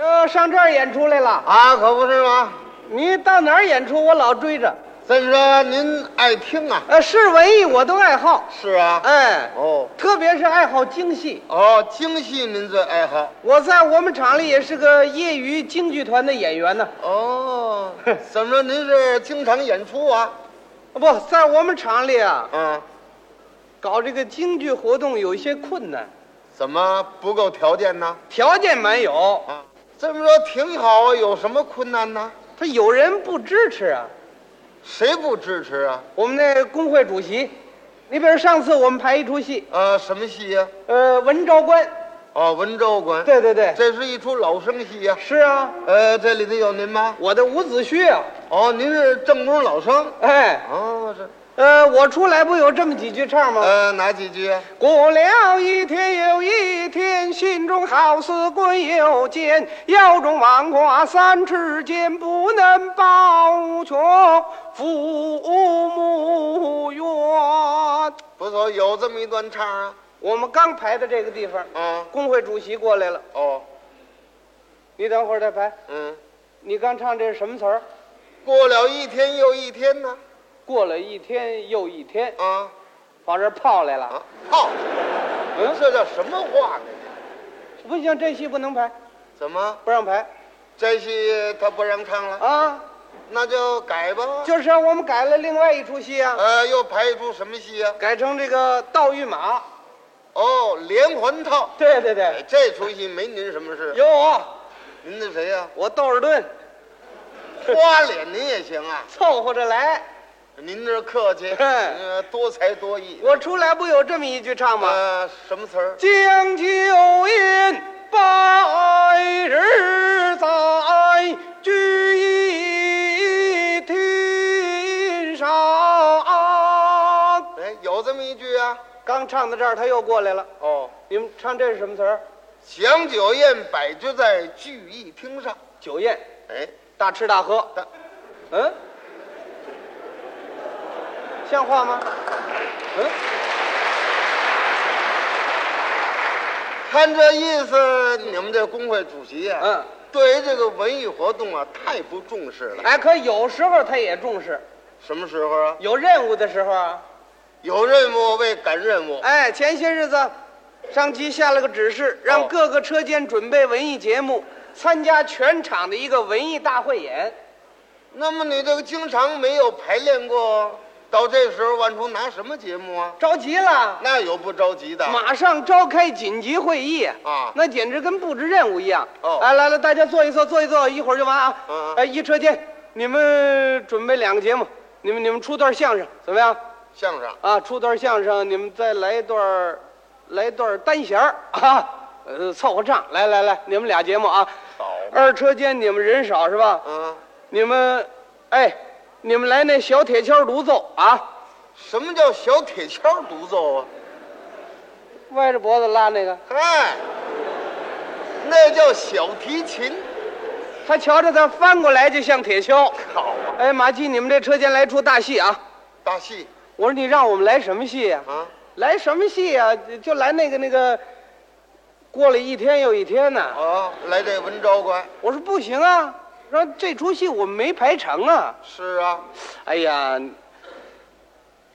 呃上这儿演出来了。啊，可不是吗？你到哪儿演出，我老追着。再说您爱听啊？呃，是文艺我都爱好，是啊。哎，哦特别是爱好京戏。哦，京戏您最爱好。我在我们厂里也是个业余京剧团的演员呢。哦，怎么着？您是经常演出啊？不在我们厂里啊，嗯，搞这个京剧活动有一些困难，怎么不够条件呢？条件没有，啊，这么说挺好啊，有什么困难呢？他有人不支持啊。谁不支持啊？我们那工会主席，你比如上次我们排一出戏，呃，什么戏呀、呃，文昭关，哦，文州馆。，对对对，这是一出老生戏呀、是啊，呃，这里头有您吗？我的伍子胥啊，哦，您是正宗老生。哎，哦，是。呃，我出来不有这么几句唱吗？呃，哪几句啊？过了一天又一天，心中好似滚油煎，腰中王瓜三尺剑，不能报全父母冤。不错，有这么一段唱啊。我们刚排的这个地方，啊，工会主席过来了，哦，你等会儿再排。嗯，你刚唱这是什么词儿？过了一天又一天呢。过了一天又一天，啊往这儿泡来了。啊，好，嗯，这叫什么话呢？不行，这戏不能排，怎么不让排这戏他不让唱了？啊！那就改吧。就是啊我们改了另外一出戏啊，呃，又排一出什么戏呀、改成这个盗御马。哦，连环套。对对哎对，这出戏没您什么事。有我，您那谁呀、我窦尔顿花脸您也行啊。凑合着来。您这客气，哎呃多才多艺。我出来不有这么一句唱吗？呃，什么词儿？将酒饮，百日在，聚义亭上。哎，有这么一句啊。刚唱到这儿，他又过来了。哦，你们唱这是什么词儿？享酒宴摆就在聚义厅上。酒宴，哎，大吃大喝。大嗯，像话吗？嗯，看这意思，你们这工会主席呀、嗯，对于这个文艺活动啊，太不重视了。哎，可有时候他也重视，什么时候啊？有任务的时候啊。有任务为赶任务。哎，前些日子，上级下了个指示，让哦各个车间准备文艺节目，参加全场的一个文艺大汇演。那么你这个经常没有排练过，到这时候万出拿什么节目啊？着急了，那有不着急的？马上召开紧急会议啊那简直跟布置任务一样。哦哎，来了，大家坐一坐，坐一坐，一会儿就完啊。嗯嗯哎，一车间，你们准备两个节目，你们你们出段相声怎么样？相声啊，出段相声，你们再来一段儿，来一段儿单弦儿啊，呃，凑合唱。来来来，你们俩节目啊。好二车间你们人少是吧？嗯，你们，哎，你们来那小铁锹独奏啊，什么叫小铁锹独奏啊？歪着脖子拉那个。嗨，那叫小提琴。他瞧着他翻过来就像铁锹。好啊，哎，马季，你们这车间来出大戏啊！大戏我说你让我们来什么戏呀、啊，来什么戏呀、就就来那个那个，过了一天又一天呢、啊，来这文昭关。我说不行啊，说这出戏我们没排成啊。是啊，哎呀，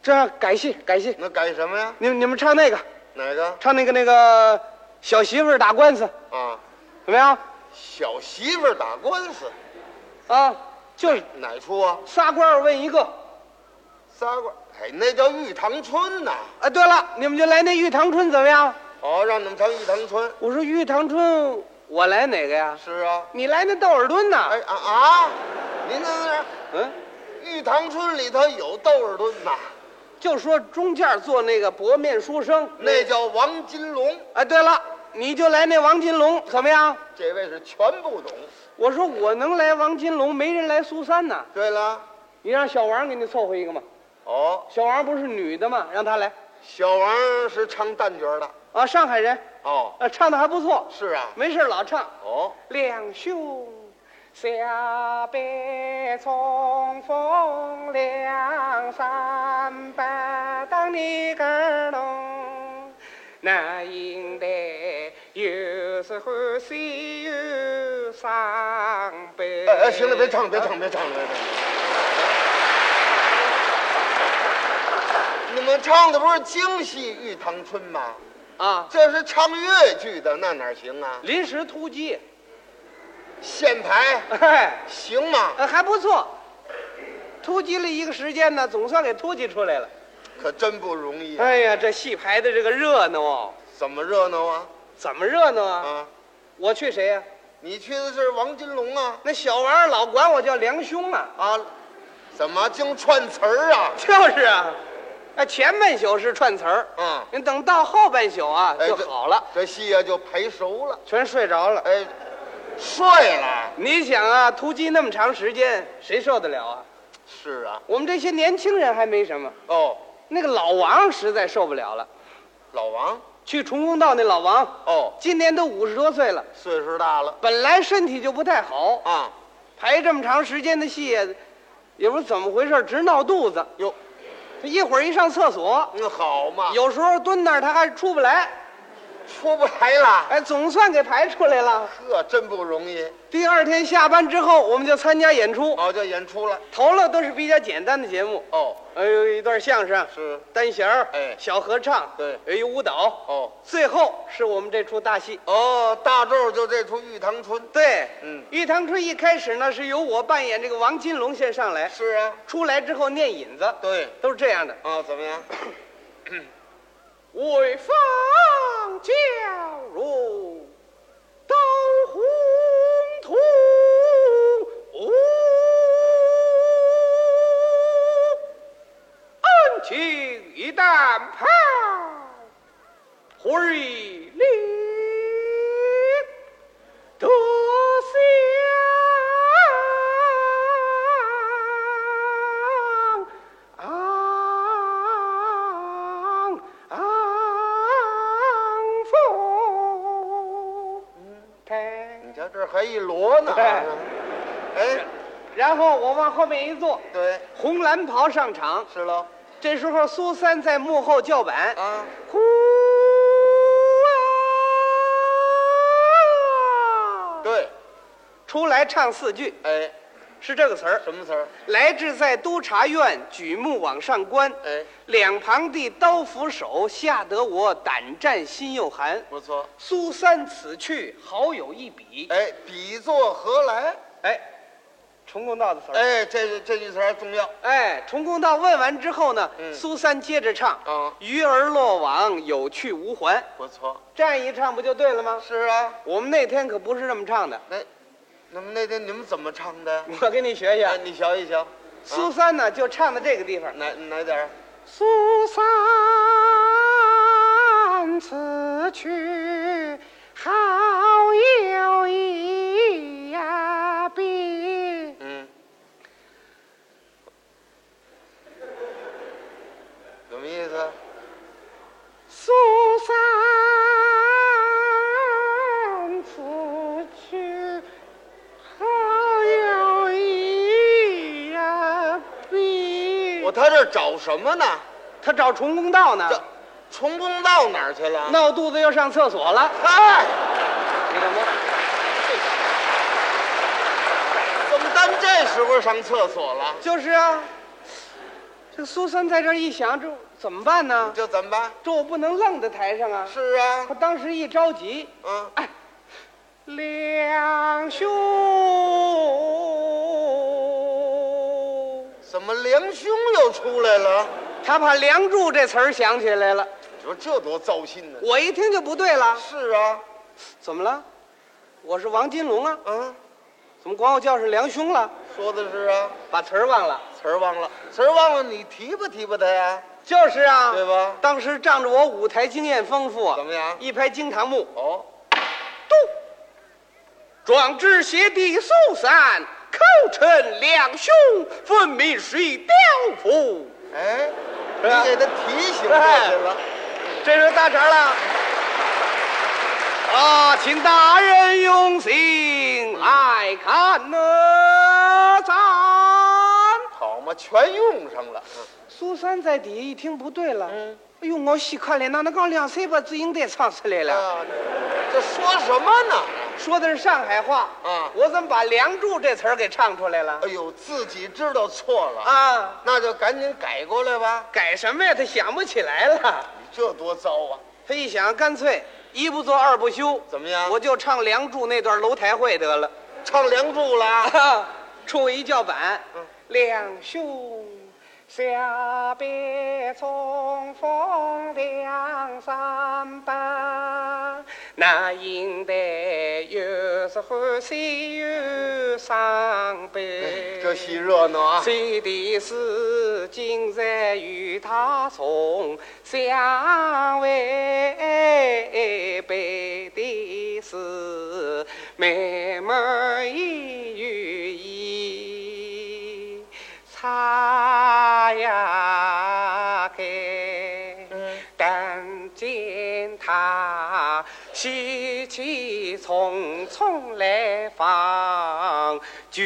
这样改戏改戏，那改什么呀？你们你们唱那个哪个唱那个那个小媳妇儿打官司啊？怎么样？小媳妇儿打官司，啊，就是哪出啊？仨官儿问一个。仨官，哎，那叫玉堂春呐。啊，对了，你们就来那玉堂春怎么样？哦，让你们唱玉堂春。我说玉堂春，我来哪个呀？是啊，你来那窦尔敦呐？哎啊啊，您在那儿嗯，玉堂春里头有窦尔敦呐，就说中间坐那个薄面书生那叫王金龙。哎，对了，你就来那王金龙怎么样？这位是全不懂。我说我能来王金龙，没人来苏三呐。对了，你让小王给你凑合一个嘛。哦，小王不是女的嘛，让她来。小王是唱旦角的。啊，上海人，哦，啊，唱的还不错，是啊。没事儿老唱。哦，两兄下辈重逢两三百，当你个侬，那应得有是欢喜又伤悲。哎哎，行了，别唱，别唱，别唱了。别唱了你们唱的不是京戏《玉堂春》吗？啊！这是唱越剧的，那哪行啊？临时突击，现排哎，行吗？呃还不错，突击了一个时间呢，总算给突击出来了。可真不容易，哎呀，这戏排的这个热闹哦，怎么热闹啊？怎么热闹啊？啊，我去谁呀、你去的是王金龙啊？那小玩意儿老管我叫梁兄啊， 啊，怎么净串词儿啊？就是啊，哎，前半宿是串词儿，啊，您等到后半宿啊哎就好了，，这这戏啊就排熟了，全睡着了。哎，帅了。你想啊，突击那么长时间，谁受得了啊？是啊，我们这些年轻人还没什么，哦，那个老王实在受不了了。老王，去崇光道那老王，哦，今年都五十多岁了，岁数大了本来身体就不太好，啊，排这么长时间的戏，也不知怎么回事，直闹肚子。哟，他一会儿一上厕所，那好嘛，有时候蹲那儿他还出不来。出不来了，哎，总算给排出来了。这真不容易。第二天下班之后，我们就参加演出，哦，就演出了。投了都是比较简单的节目，哦，哎有一段相声，是，单弦儿，哎小合唱，对有一舞蹈，哦，最后是我们这出大戏。哦，大咒就这出《玉堂春》。对，嗯玉堂春一开始呢是由我扮演这个王金龙先上来，是啊，出来之后念引子，对。都是这样的。啊，怎么样？微风娇如刀红土。恩情一旦抛，回力得享昂福泰。你瞧这还一摞呢。哎哎，然后我往后面一坐，对，红蓝袍上场。是喽。这时候苏三在幕后叫板。啊，呼啊！，对，出来唱四句哎，是这个词儿。什么词儿？来至在督察院，举目往上观。哎，两旁地刀斧手，吓得我胆战心又寒。不错。苏三此去好友一比。哎，比作何来？哎，崇公道的词儿。哎，这这句词儿重要。哎，崇公道问完之后呢，嗯苏三接着唱嗯：“鱼儿落网，有去无还。不错。”这样一唱不就对了吗？是啊，我们那天可不是这么唱的，那，那么那天你们怎么唱的？我给你啊学学。哎，你瞧一瞧，苏三呢，就唱的这个地方。哪哪点儿？苏三此去好友一别，嗯，什么意思？苏三此去好友一别我。他这找什么呢？他找重公道呢，这崇公到哪儿去了？闹肚子又上厕所了。嗨，你怎么？怎么到这时候上厕所了？就是啊，这苏三在这儿一想，这怎么办呢？这怎么办？这我不能愣在台上啊！是啊他，当时一着急，嗯，哎，两兄，怎么梁兄又出来了？他把“梁祝”这词儿想起来了。你说这多糟心呢？我一听就不对了，是啊，怎么了？我是王金龙啊，嗯，怎么管我叫是梁兄了？说的是啊，把词儿忘了。词儿忘了，词儿忘了，你提吧提吧他呀，就是啊，对吧当时仗着我舞台经验丰富啊，怎么样一拍惊堂木，哦，嘟，壮志邪地苏三，口称两兄，分明水雕父。哎，是啊你给他提醒过去了。这是大茬了。啊，请大人用心来看哪咱好嘛，全用上了。苏三在底下一听不对了，嗯，哎呦，我细看了，那那刚两岁把自行车唱出来了，啊，这说什么呢？说的是上海话啊我怎么把《梁祝》这词儿给唱出来了哎？呦，自己知道错了，啊，那就赶紧改过来吧。改什么呀？他想不起来了。你这多糟啊！他一想，干脆一不做二不休，怎么样我就唱《梁祝》那段楼台会得了。唱《梁祝》了，啊， 出一叫板嗯，两兄下别重逢两三班，那应得又是欢喜又伤悲。哎这戏热闹啊！谁的事今日与他重相违背的是妹妹一语一擦呀开。嗯但见他喜气匆匆来访九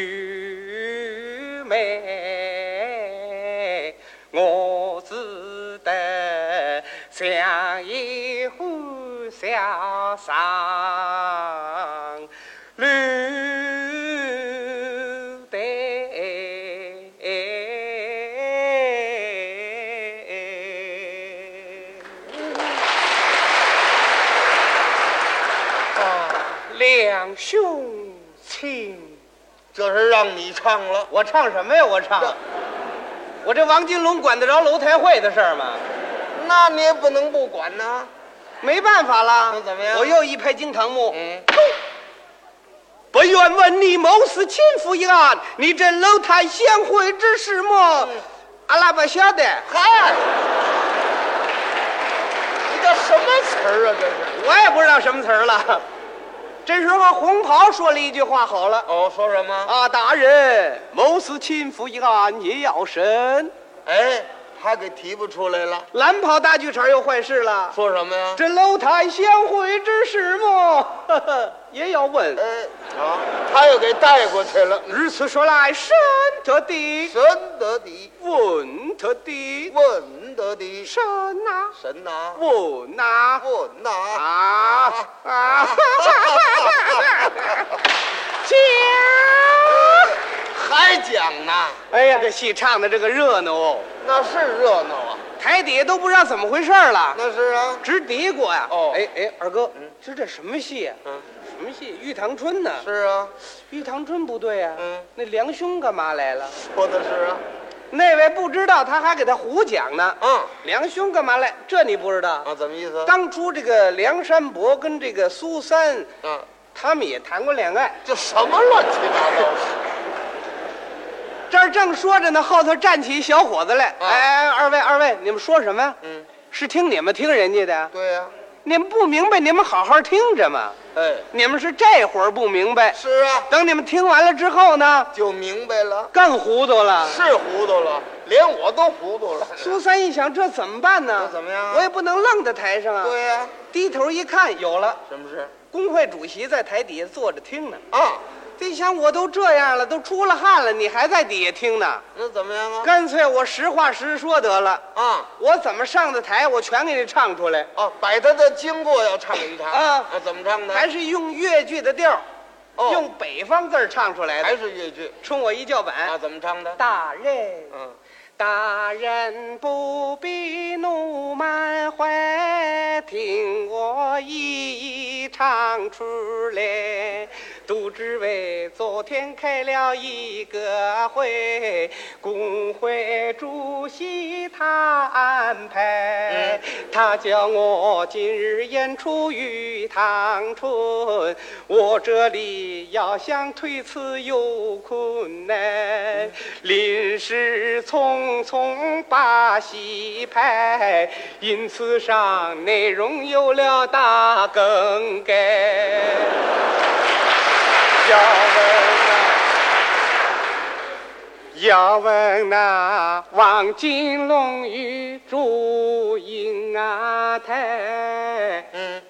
妹，我只得想一壶小上留得。哦两兄亲，这是让你唱了，我唱什么呀？我唱这， 我这王金龙管得着楼台会的事儿吗？那你也不能不管呐。没办法啦，那怎么样我又一拍惊堂木。嗯，本愿问你谋私亲夫一案，你这楼台相会之事么？阿拉不晓得，嗨，你这什么词儿啊？这是？我也不知道什么词儿了。这时候红袍说了一句话，好了哦，说什么？啊，大人谋私亲夫一案也要审。哎，他给提不出来了。蓝袍大剧场又坏事了。说什么呀？这楼台相会之事么，呵呵 也要问。哎，啊，他又给带过去了。如此说来，审他的，神得的，问他的，问得的，审呐，神呐、问呐，问呐、啊啊！讲，还讲呢？哎呀，这戏唱的这个热闹哦，那是热闹啊，台底下都不知道怎么回事儿了，那是啊。直嘀咕呀。哦哎哎，二哥，今儿这什么戏呀？嗯，什么戏？《玉堂春》呢？是啊，玉堂春不对呀、嗯那梁兄干嘛来了？说的是啊。那位不知道，他还给他胡讲呢。嗯，梁兄干嘛来？这你不知道？啊，怎么意思？当初这个梁山伯跟这个苏三，啊，他们也谈过恋爱。这什么乱七八糟的？这儿正说着呢，后头站起一小伙子来。啊哎，二位二位，你们说什么呀？嗯，是听你们听人家的呀？对呀、你们不明白，你们好好听着嘛。哎，你们是这会儿不明白，是啊，等你们听完了之后呢，就明白了，更糊涂了。是糊涂了，连我都糊涂了。苏三一想，这怎么办呢？那怎么样啊我也不能愣在台上啊。对呀、低头一看，有了，什么事？工会主席在台底下坐着听呢。啊，这一想我都这样了，都出了汗了，你还在底下听呢？那怎么样啊？干脆我实话实说得了，啊我怎么上的台，我全给你唱出来，啊，把他的经过要唱一唱啊怎么唱的？还是用越剧的调儿，哦用北方字儿唱出来还的。是越剧冲我一叫板，啊？怎么唱的？大人。嗯，大人不必怒满怀，听我一一唱出来。都知委昨天开了一个会，工会主席他安排，他叫我今日演出玉堂春，我这里要想推辞有困难，临时匆匆把戏排，因此上内容有了大更改。要问啊。要问那王金龙与祝英啊台，嗯，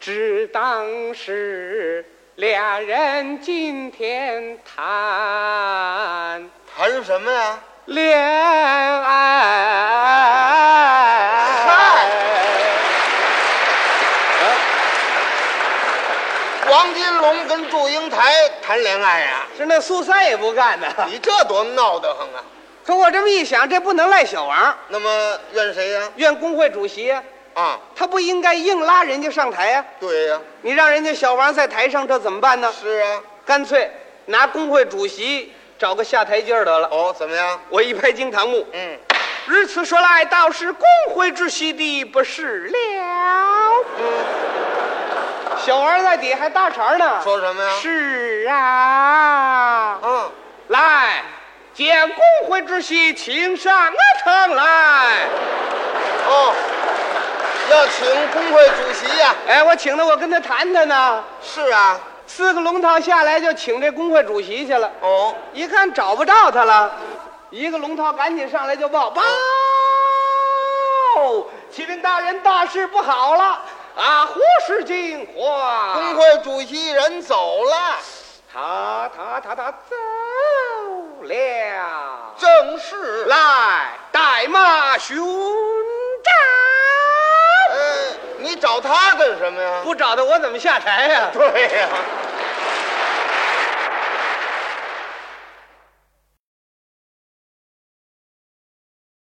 只当是俩人今天谈谈什么呀？恋爱。龙跟祝英台谈恋爱呀、是那苏三也不干呢。你这多闹得很啊！可我这么一想，这不能赖小王，那么怨谁呀、怨工会主席啊，啊？他不应该硬拉人家上台呀、对呀、你让人家小王在台上，这怎么办呢？是啊。干脆拿工会主席找个下台阶儿得了。哦，怎么样？我一拍惊堂木，嗯，如此说来，倒是工会主席的不是了。小王在底下还搭茬呢，说什么呀？是啊，啊，来，见工会主席，请上堂来。哦，要请工会主席呀、哎，我请他，我跟他谈谈呢。是啊。四个龙套下来就请这工会主席去了，哦，一看找不着他了，一个龙套赶紧上来就报报，启禀大人，大事不好了啊！胡世金花，工会主席人走了，他他他他走了，正是。来带马寻找，呃，你找他干什么呀？不找他我怎么下台呀、对呀、